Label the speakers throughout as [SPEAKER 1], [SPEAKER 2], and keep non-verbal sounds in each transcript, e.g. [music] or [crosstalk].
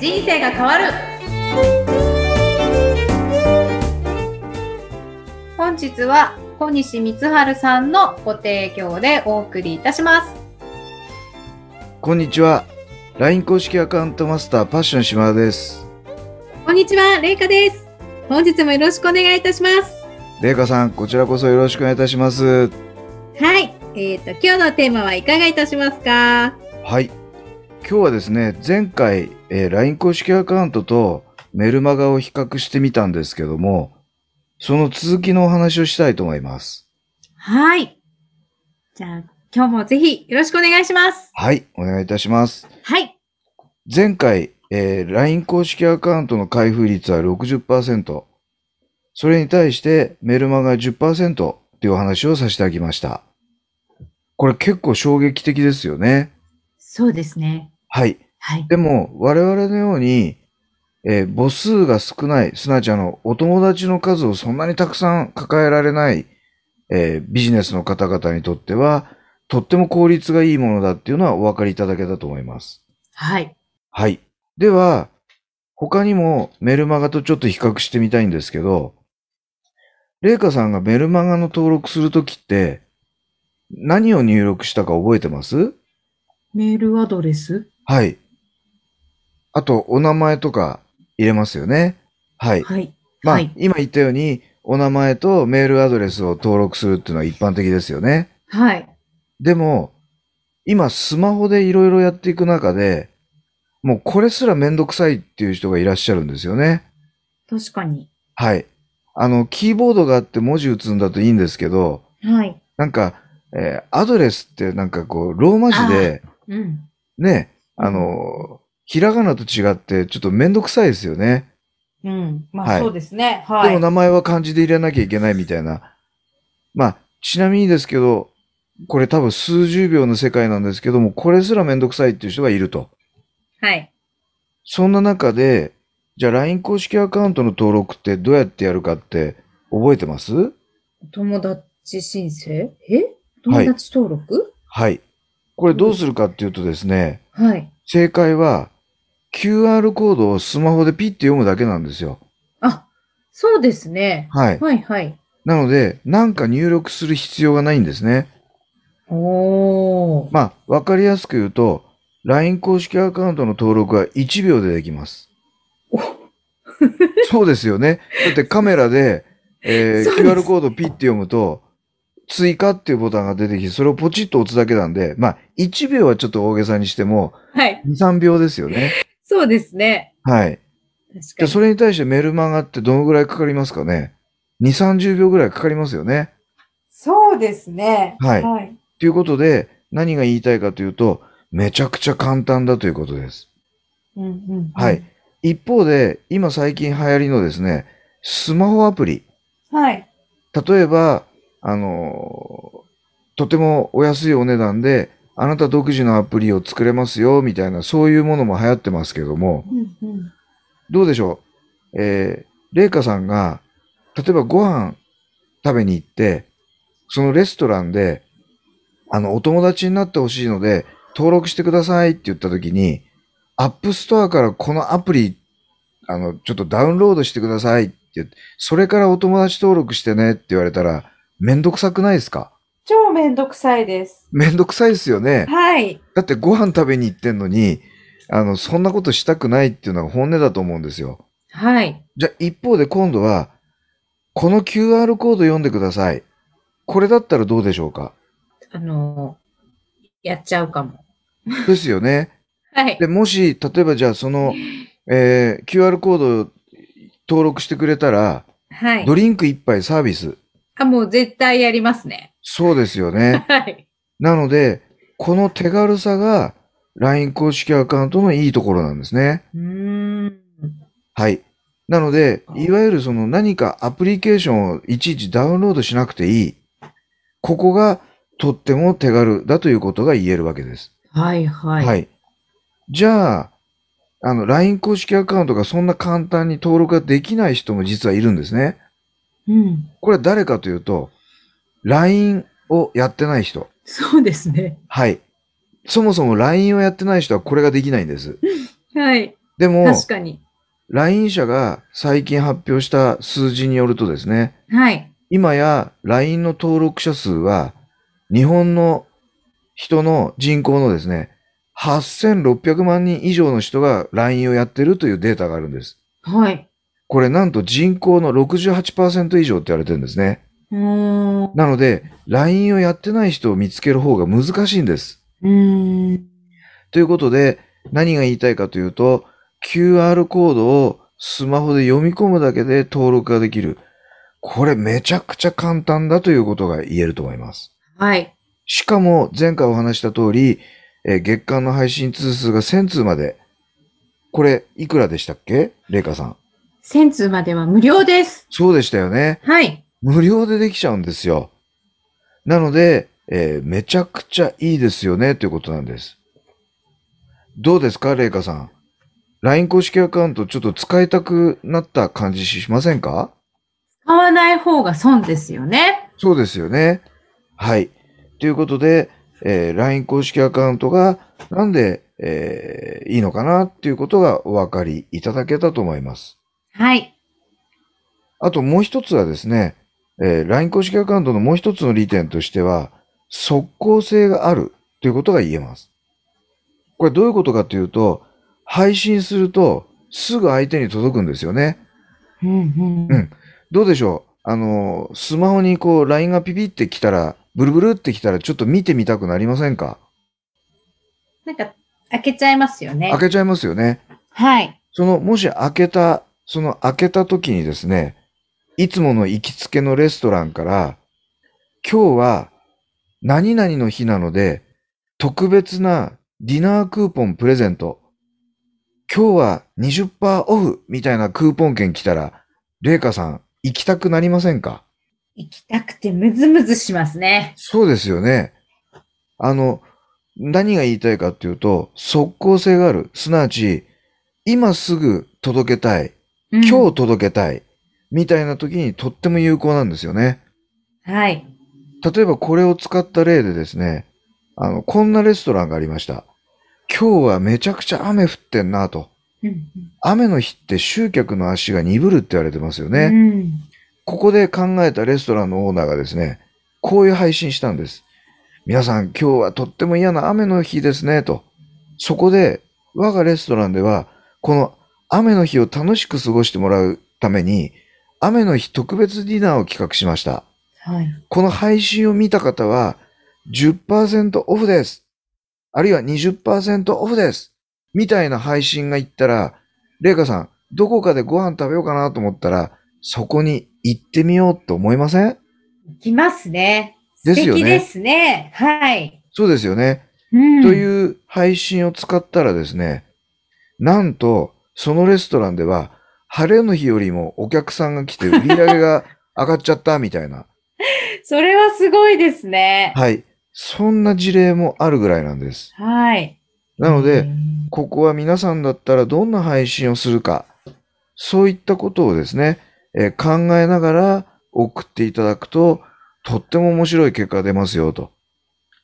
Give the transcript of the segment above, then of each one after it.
[SPEAKER 1] 生が変わる本日は小西光晴さんのご提供でお送りいたします
[SPEAKER 2] こんにちは。LINE 公式アカウントマスターパッション島田です。
[SPEAKER 1] こんにちはれいかです本日もよろしくお願いいたします
[SPEAKER 2] レイカさん、こちらこそよろしくお願いいたしま
[SPEAKER 1] は
[SPEAKER 2] す。
[SPEAKER 1] いえっ、と今日のテーマはいかがいたしますか
[SPEAKER 2] はい。今日はですね、前回、えー LINE 公式アカウントとメルマガを比較してみたんですけども、その続きのお話をしたいと思います。
[SPEAKER 1] はいじゃあ今日もぜひよろしくお願いします
[SPEAKER 2] はい、お願いいたします。
[SPEAKER 1] はい
[SPEAKER 2] 前回、えー LINE 公式アカウントの開封率は60%。それに対してメルマガ10%っていうお話をさせてあげました。これ結構衝撃的ですよね。
[SPEAKER 1] そうですね
[SPEAKER 2] はい。
[SPEAKER 1] はい
[SPEAKER 2] でも、我々のように、えー母数が少ない、すなわちあの、お友達の数をそんなにたくさん抱えられない、えービジネスの方々にとっては、とっても効率がいいものだっていうのはお分かりいただけたと思います。
[SPEAKER 1] はい
[SPEAKER 2] はい。では、他にもメルマガとちょっと比較してみたいんですけど、レイカさんがメルマガの登録するときって、何を入力したか覚えてます
[SPEAKER 1] メールアドレス
[SPEAKER 2] はい。あと、お名前とか入れますよね。はい。
[SPEAKER 1] はい
[SPEAKER 2] まあ、
[SPEAKER 1] はい
[SPEAKER 2] 今言ったように、お名前とメールアドレスを登録するっていうのは一般的ですよね。
[SPEAKER 1] はい
[SPEAKER 2] でも、今スマホでいろいろやっていく中で、もうこれすらめんどくさいっていう人がいらっしゃるんですよね。
[SPEAKER 1] 確かに
[SPEAKER 2] はい。あの、キーボードがあって文字打つんだといいんですけど、
[SPEAKER 1] はい
[SPEAKER 2] なんか、えーアドレスってなんかこう、ローマ字で、
[SPEAKER 1] うん
[SPEAKER 2] ね、あの、ひらがなと違ってちょっとめんどくさいですよね。
[SPEAKER 1] うん。まあ、
[SPEAKER 2] はい
[SPEAKER 1] そうですね。はい。
[SPEAKER 2] でも名前は漢字で入れなきゃいけないみたいな。まあ、ちなみにですけど、これ多分数十秒の世界なんですけども、これすらめんどくさいっていう人がいると。
[SPEAKER 1] はい。
[SPEAKER 2] そんな中で、じゃあ LINE 公式アカウントの登録ってどうやってやるかって覚えてます
[SPEAKER 1] 友達申請え友達登録
[SPEAKER 2] はい。これどうするかっていうとですね、
[SPEAKER 1] はい。
[SPEAKER 2] 正解は QR コードをスマホでピッて読むだけなんですよ。
[SPEAKER 1] あ、そうですね。
[SPEAKER 2] はい。
[SPEAKER 1] はいはい。
[SPEAKER 2] なので、なんか入力する必要がないんですね。
[SPEAKER 1] おー。
[SPEAKER 2] まあ、わかりやすく言うと、LINE 公式アカウントの登録は1秒でできます。そうですよね。だってカメラで、えー
[SPEAKER 1] そうです
[SPEAKER 2] QR コードピッて読むと、追加っていうボタンが出てきて、それをポチッと押すだけなんで、まあ、1秒はちょっと大げさにしても、
[SPEAKER 1] はい。
[SPEAKER 2] 2、3秒ですよね。
[SPEAKER 1] そうですね。
[SPEAKER 2] はい。
[SPEAKER 1] 確
[SPEAKER 2] じ
[SPEAKER 1] か
[SPEAKER 2] ゃあ
[SPEAKER 1] に。
[SPEAKER 2] それに対してメルマガってどのぐらいかかりますかね ?2、30秒ぐらいかかりますよね。
[SPEAKER 1] そうですね
[SPEAKER 2] はい
[SPEAKER 1] はい。
[SPEAKER 2] ということで、何が言いたいかというと、めちゃくちゃ簡単だということです。
[SPEAKER 1] うんうん。
[SPEAKER 2] はい。一方で、今最近流行りのですね、スマホアプリ。
[SPEAKER 1] はい。
[SPEAKER 2] 例えば、あのーとてもお安いお値段で、あなた独自のアプリを作れますよ、みたいな、そういうものも流行ってますけども、
[SPEAKER 1] うんうん。
[SPEAKER 2] どうでしょうえー、レイカさんが、例えばご飯食べに行って、そのレストランで、あの、お友達になってほしいので、登録してくださいって言った時に、アップストアからこのアプリ、あの、ちょっとダウンロードしてくださいって言って、それからお友達登録してねって言われたら、めんどくさくないですか
[SPEAKER 1] 超めんどくさいです。
[SPEAKER 2] めんどくさいですよね。
[SPEAKER 1] はい。
[SPEAKER 2] だってご飯食べに行ってんのに、あの、そんなことしたくないっていうのが本音だと思うんですよ。
[SPEAKER 1] はい。
[SPEAKER 2] じゃあ一方で今度は、この QR コード読んでください。これだったらどうでしょうか
[SPEAKER 1] あのーやっちゃうかも。
[SPEAKER 2] ですよね。
[SPEAKER 1] はい
[SPEAKER 2] で、。もし、例えばじゃあその、えー QR コード登録してくれたら、
[SPEAKER 1] はい
[SPEAKER 2] ド。リンク一杯サービス。
[SPEAKER 1] あ、もう絶対やりますね。
[SPEAKER 2] そうですよね。
[SPEAKER 1] はい。
[SPEAKER 2] なので、この手軽さが LINE 公式アカウントのいいところなんですね。
[SPEAKER 1] うーん。
[SPEAKER 2] はい。なので
[SPEAKER 1] あ、
[SPEAKER 2] いわゆるその何かアプリケーションをいちいちダウンロードしなくていい。ここがとっても手軽だということが言えるわけです。
[SPEAKER 1] はいはい。
[SPEAKER 2] はい。じゃあ、あの、LINE 公式アカウントがそんな簡単に登録ができない人も実はいるんですね。
[SPEAKER 1] うん。
[SPEAKER 2] これは誰かというと、LINE をやってない人。
[SPEAKER 1] そうですね。
[SPEAKER 2] はい。そもそも LINE をやってない人はこれができないんです。
[SPEAKER 1] はい。
[SPEAKER 2] でも、
[SPEAKER 1] 確かに。
[SPEAKER 2] LINE 社が最近発表した数字によるとですね、
[SPEAKER 1] はい。
[SPEAKER 2] 今や LINE の登録者数は、日本の人の人口のですね、8600万人以上の人が LINE をやってるというデータがあるんです。
[SPEAKER 1] はい。
[SPEAKER 2] これなんと人口の68%以上って言われてるんですね。
[SPEAKER 1] うーん。
[SPEAKER 2] なので、LINE をやってない人を見つける方が難しいんです。
[SPEAKER 1] うーん。
[SPEAKER 2] ということで、何が言いたいかというと、QR コードをスマホで読み込むだけで登録ができる。これめちゃくちゃ簡単だということが言えると思います。
[SPEAKER 1] はい。
[SPEAKER 2] しかも前回お話した通り、えー月間の配信通数が1000通まで。これ、いくらでしたっけレイカさん。
[SPEAKER 1] 1000通までは無料です。
[SPEAKER 2] そうでしたよね。
[SPEAKER 1] はい。
[SPEAKER 2] 無料でできちゃうんですよ。なので、えーめちゃくちゃいいですよねということなんです。どうですか、レイカさん。LINE 公式アカウントちょっと使いたくなった感じしませんか
[SPEAKER 1] 買わない方が損ですよね。
[SPEAKER 2] そうですよね。はい。ということで、えー LINE 公式アカウントがなんで、えーいいのかなっていうことがお分かりいただけたと思います。
[SPEAKER 1] はい。
[SPEAKER 2] あともう一つはですね、えー LINE 公式アカウントのもう一つの利点としては、速効性があるということが言えます。これどういうことかというと、配信するとすぐ相手に届くんですよね。
[SPEAKER 1] うん
[SPEAKER 2] うんどうでしょうあのー、スマホにこう LINE がピピってきたら、ブルブルってきたらちょっと見てみたくなりませんか
[SPEAKER 1] なんか、開けちゃいますよね
[SPEAKER 2] 開。けちゃいますよね。
[SPEAKER 1] はい。
[SPEAKER 2] その、もし開けた、その開けた時にですね、いつもの行きつけのレストランから、今日は何々の日なので、特別なディナークーポンプレゼント。今日は20%オフみたいなクーポン券来たら、レイカさん行きたくなりませんか
[SPEAKER 1] 行きたくてムズムズしますね。
[SPEAKER 2] そうですよね。あの、何が言いたいかっていうと、即効性がある。すなわち、今すぐ届けたい。
[SPEAKER 1] うん
[SPEAKER 2] 今日届けたい、みたいな時にとっても有効なんですよね。
[SPEAKER 1] はい。
[SPEAKER 2] 例えばこれを使った例でですね、あの、こんなレストランがありました。今日はめちゃくちゃ雨降ってんなと。
[SPEAKER 1] うん
[SPEAKER 2] 雨の日って集客の足が鈍るって言われてますよね。
[SPEAKER 1] うん
[SPEAKER 2] ここで考えたレストランのオーナーがですね、こういう配信したんです。皆さん今日はとっても嫌な雨の日ですね、と。そこで、我がレストランでは、この雨の日を楽しく過ごしてもらうために、雨の日特別ディナーを企画しました。
[SPEAKER 1] はい。
[SPEAKER 2] この配信を見た方は、10%オフです。あるいは20%オフです。みたいな配信が行ったら、レイカさん、どこかでご飯食べようかなと思ったら、そこに行ってみようと思いません
[SPEAKER 1] 行きますね。
[SPEAKER 2] で
[SPEAKER 1] 素
[SPEAKER 2] すよね
[SPEAKER 1] 敵ですね。はい。
[SPEAKER 2] そうですよね。
[SPEAKER 1] うん
[SPEAKER 2] と
[SPEAKER 1] う。
[SPEAKER 2] いう配信を使ったらですね、なんと、そのレストランでは、晴れの日よりもお客さんが来て売り上げが上がっちゃったみたいな。
[SPEAKER 1] それはすごいですね。
[SPEAKER 2] はい。そんな事例もあるぐらいなんです。
[SPEAKER 1] はい。
[SPEAKER 2] なので、
[SPEAKER 1] うん
[SPEAKER 2] ここは皆さんだったらどんな配信をするか、そういったことをですね、えー考えながら送っていただくと、とっても面白い結果が出ますよと。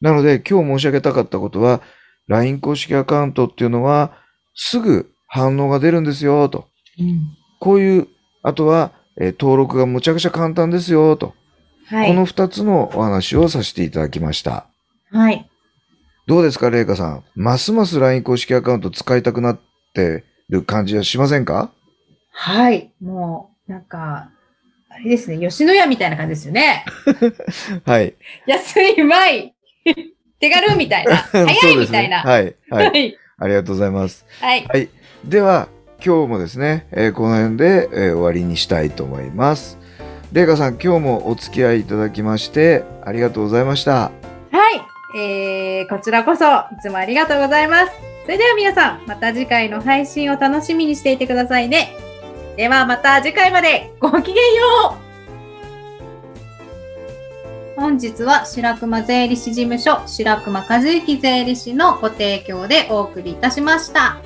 [SPEAKER 2] なので、今日申し上げたかったことは、LINE 公式アカウントっていうのは、すぐ反応が出るんですよと。
[SPEAKER 1] うん
[SPEAKER 2] こういう、あとは、えー登録がむちゃくちゃ簡単ですよと。
[SPEAKER 1] は
[SPEAKER 2] この
[SPEAKER 1] い。
[SPEAKER 2] 2つのお話をさせていただきました。
[SPEAKER 1] はい。
[SPEAKER 2] どうですか、レイカさん。ますます LINE 公式アカウント使いたくなってる感じはしませんか
[SPEAKER 1] はい。もう、なんか、あれですね。吉野家みたいな感じですよね。 [laughs]
[SPEAKER 2] はい。
[SPEAKER 1] 安い、うまい。手軽みたいな。
[SPEAKER 2] [laughs]
[SPEAKER 1] 早いみたいな。
[SPEAKER 2] そうで
[SPEAKER 1] [laughs]
[SPEAKER 2] すねはい。はい。
[SPEAKER 1] い。
[SPEAKER 2] ありがとうございます。
[SPEAKER 1] はい。
[SPEAKER 2] はい。では、今日もですね、えーこの辺で、えー終わりにしたいと思います。レイカさん、今日もお付き合いいただきまして、ありがとうございました。
[SPEAKER 1] はい。えー、こちらこそ、いつもありがとうございます。それでは皆さん、また次回の配信を楽しみにしていてくださいね。ではまた次回まで、ごきげんよう本日は白熊税理士事務所、白熊和幸税理士のご提供でお送りいたしました。